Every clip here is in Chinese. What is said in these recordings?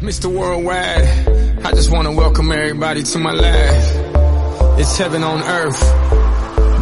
Mr. Worldwide, I just want to welcome everybody to my life. It's heaven on earth,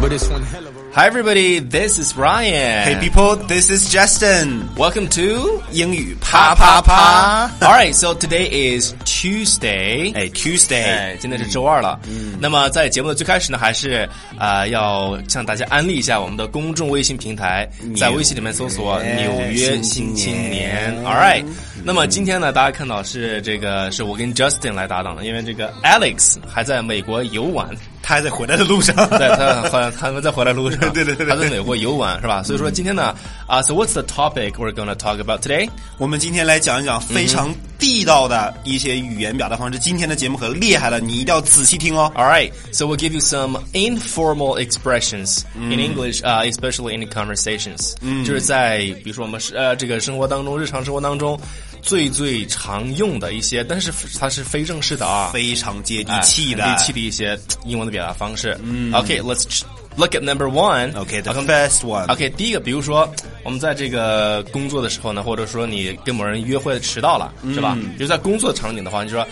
but it's one hell of a Hi everybody, this is Ryan. Hey people, this is Justin. welcome to 英语啪啪啪。 All right, so today is Tuesday. 哎，Tuesday，哎，今天是周二了。嗯，那么在节目的最开始呢，还是呃要向大家安利一下我们的公众微信平台，在微信里面搜索“纽约新青年”。All 嗯 right，那么今天呢，大家看到是这个是我跟 Justin 来搭档的，因为这个 Alex 还在美国游玩，他在回来的路上。对 他好像他们在回来路上， 对对对对他在美国游玩是吧？所以说今天呢，啊，So what's the topic we're gonna talk about today？我们今天来讲一讲非常地道的一些语言表达方式。今天的节目可厉害了，你一定要仔细听哦。 All right, so we'll give you some informal expressions in Mm. English, uh, especially in conversations. 就是在比如说我们是呃这个生活当中、日常生活当中最最常用的一些，但是它是非正式的啊，非常接地气的，嗯哎很地气的一些英文的表达方式。Okay, let's ch- look at number one. OK，the、好 first one，、 OK，第一个，比如说我们在这个工作的时候呢，或者说你跟某人约会迟到了，是吧？嗯比如在工作场景的话，你就说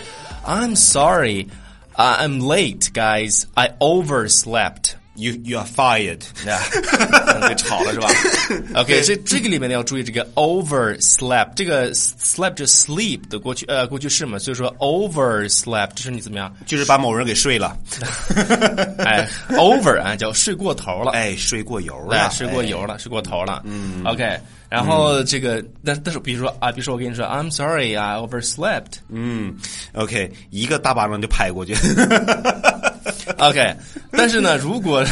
I'm sorry, I- I'm late, guys. I overslept. you you are fired。 Yeah，被吵了 是吧？OK，这这个里面呢要注意这个 overslept，这个 slept 就 sleep 的过去呃过去式嘛，所以说 overslept 就是你怎么样？就是把某人给睡了， 哎，over 啊叫睡过头了，哎，睡过油哎，了，吃过油了，吃过头了。嗯，OK。然后这个，但但是比如说啊，比如说我跟你说，I'm sorry, I overslept。嗯，OK，一个大巴掌就拍过去。 OK，但是呢，如 果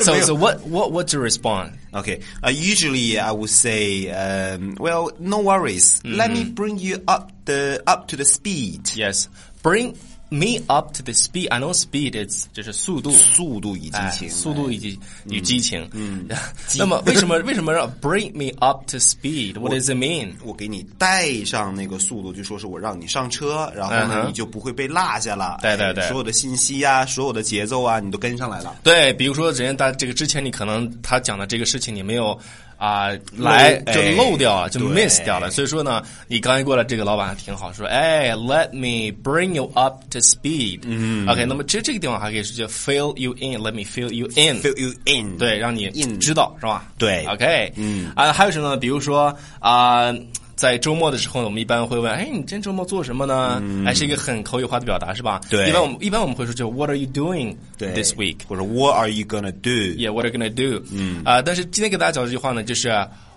，so so what what what's your response？ Okay. Uh, usually, I would say, um, well, no worries. Let Mm-hmm. me bring you up the up to the speed. Yes, bring me up to the speed. I know speed is 就是速度。速度与激哎情，速度以及与激情。嗯， 那么为什么为什么让 bring me up to speed？What does it mean？我给你带上那个速度，就说是我让你上车，然后呢嗯，哼你就不会被落下了。对对哎对所有的信息呀、所有的节奏啊，你都跟上来了。对，比如说人家他这个之前你可能他讲的这个事情你没有啊、来就哎漏掉了，就对 miss 掉了。所以说呢，你刚才过来这个老板还挺好，说哎，let me bring you up to speed。嗯，OK，那么其实这个地方还可以是叫 fill you in，let me fill you in。 Fill you in，对，让你 in 知道是吧？对，OK，嗯啊，还有什么呢？比如说啊、在周末的时候呢，我们一般会问，哎，你今天周末做什么呢？哎，是一个很口语化的表达，是吧？对一般我们一般我们会说就 What are you doing 对 this week？或者 What are you gonna do？ Yeah, what are you gonna do？嗯 Mm. 啊、但是今天给大家讲这句话呢，就是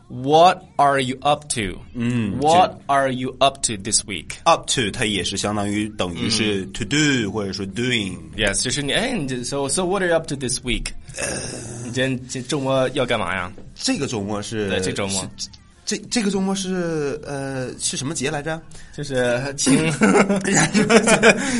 What are you up to？嗯，What Mm. are you up to this week？ Up to 它也是相当于等于是 to do 或者说 doing， Yes，就是你哎，你这 so so what are you up to this week？你今天这周末要干嘛呀？这个周末是对这周末是这这个周末是呃是什么节 来着？就是请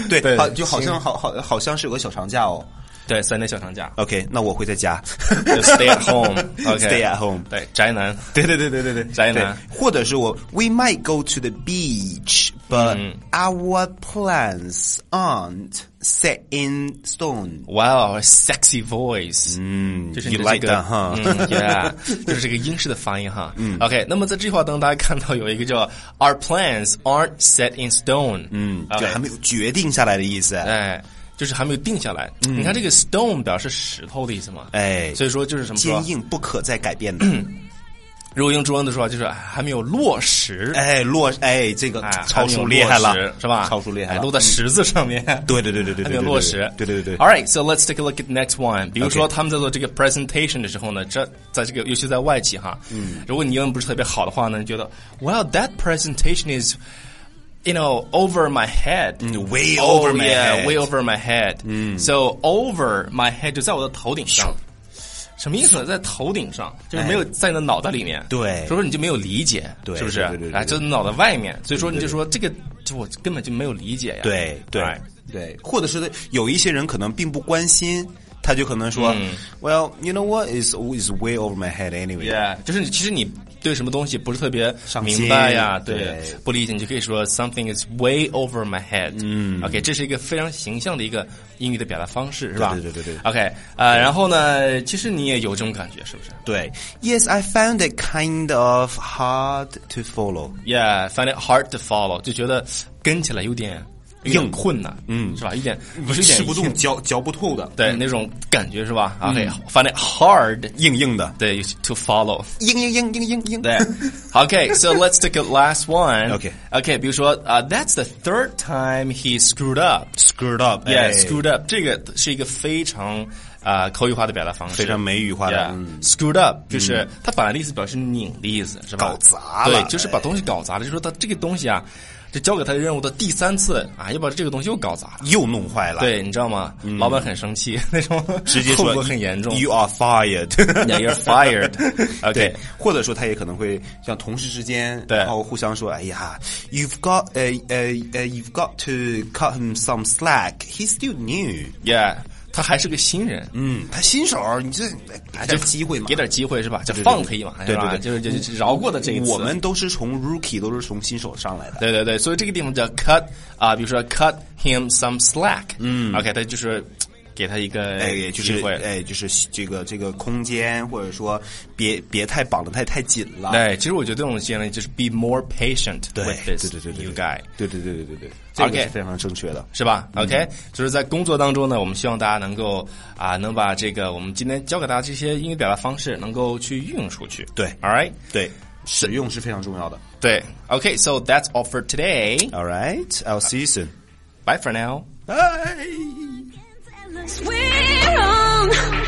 对，对好就好像好好好像是有个小长假哦。 对三天小 长假 OK，那我会在 家。就，stay at home，OK，stay、 Stay at home 对，宅男，对对对对对对，宅男对或者是我，We might go to the beach, but 嗯 our plans aren't set in stone。 Wow, a sexy voice，嗯，就是你 you 的这 like 个 that, huh？嗯，Yeah，就是 这个英式的发音哈。嗯，OK，那么在这句话当中，大家看到有一个叫 Our plans aren't set in stone，嗯就还没有决定下来的意思。哎，就是还没有定下来。你看这个 stone 表示石头的意思嘛，嗯哎所以说就是什么说嗯坚，硬不可再改变的，如果用中文的说法就是哎还没有落实。哎，落哎，这个哎，还超没有叔厉害落了实，是吧？超叔厉害哎了，嗯落在石子上面。对对对对对对，还对没有落实。对对对对 All right, so let's take a look at next one. 比如说他们在做这个 presentation 的时候呢，这在这个尤其在外企哈，嗯，如果你英文不是特别好的话呢，你觉得 Well, that presentation is You know, over my head. Oh, 嗯，way over my yeah, head. way over my head. 嗯，so over my head 就在我的头顶上。什么意思呢？在头顶上，就是没有在你的脑袋里面。对所以说你就没有理解，对是不是？对对对对哎，就在脑袋外面。所以说你就说这个，就我根本就没有理解呀。对对 Right 对，或者是有一些人可能并不关心，他就可能说、嗯 w e l l you know what is is way over my head anyway。 Yeah，就是你其实你对什么东西不是特别上心明白呀，对不理解，你就可以说 something is way over my head。嗯，OK，这是一个非常形象的一个英语的表达方式，是吧？对对对对对 OK，呃，然后呢，其实你也有这种感觉，是不是对，Yes, I found it kind of hard to follow。 ？Yeah，find it hard to follow，就觉得跟起来有点有点硬困难，嗯，是吧？一点不是一点吃不动、嗯嚼嚼不透的，对那种感觉是吧？OK，find it hard，硬硬的，对，to follow。硬硬硬硬硬硬。对，OK。So let's take a last one. Okay. OK，比如说啊、t h a t s the third time he screwed up. Screwed up, Yeah, 哎 screwed up. 这个是一个非常啊、口语化的表达方式，非常美语化的 Yeah, 嗯 screwed up 就是它本来的意思表示拧的意思，是吧？搞砸了对，就是把东西搞砸了，就是说他这个东西啊，这交给他的任务的第三次啊，又把这个东西又搞砸了。又弄坏了，，对，你知道吗？老板很生气， 那种嗯直接说后果很严重。 You are fired。 Yeah, you're fired. OK， 对，或者说他也可能会像同事之间，对然后互相说，哎呀，You've got 呃呃呃，You've got to cut him some slack. He's still new. Yeah，他还是个新人，嗯，他新手儿，你这给点机会嘛给。点机会是吧？就对对放他一马，对是吧？对就是就是就是饶过的这一次。我们都是从 rookie，都是从新手上来的。对对对，所以这个地方叫 cut 啊，比如说 cut him some slack，嗯，OK，他就是给他一个哎，就机是会，哎，就是这个这个空间，或者说别别太绑得太太紧了。对，其实我觉得这种建议就是 be more patient 对 with 对 this 对对对 new guy，对对对对对对，这个 OK 是非常正确的。是吧？OK，、就是在工作当中呢，我们希望大家能够啊，能把这个我们今天教给大家这些英语表达方式能够去运用出去。对，All right，对，使用是非常重要的。对，OK，so、that's all for today，bye All right, I'll see you soon. for now。 Bye. Tell us we're wrong.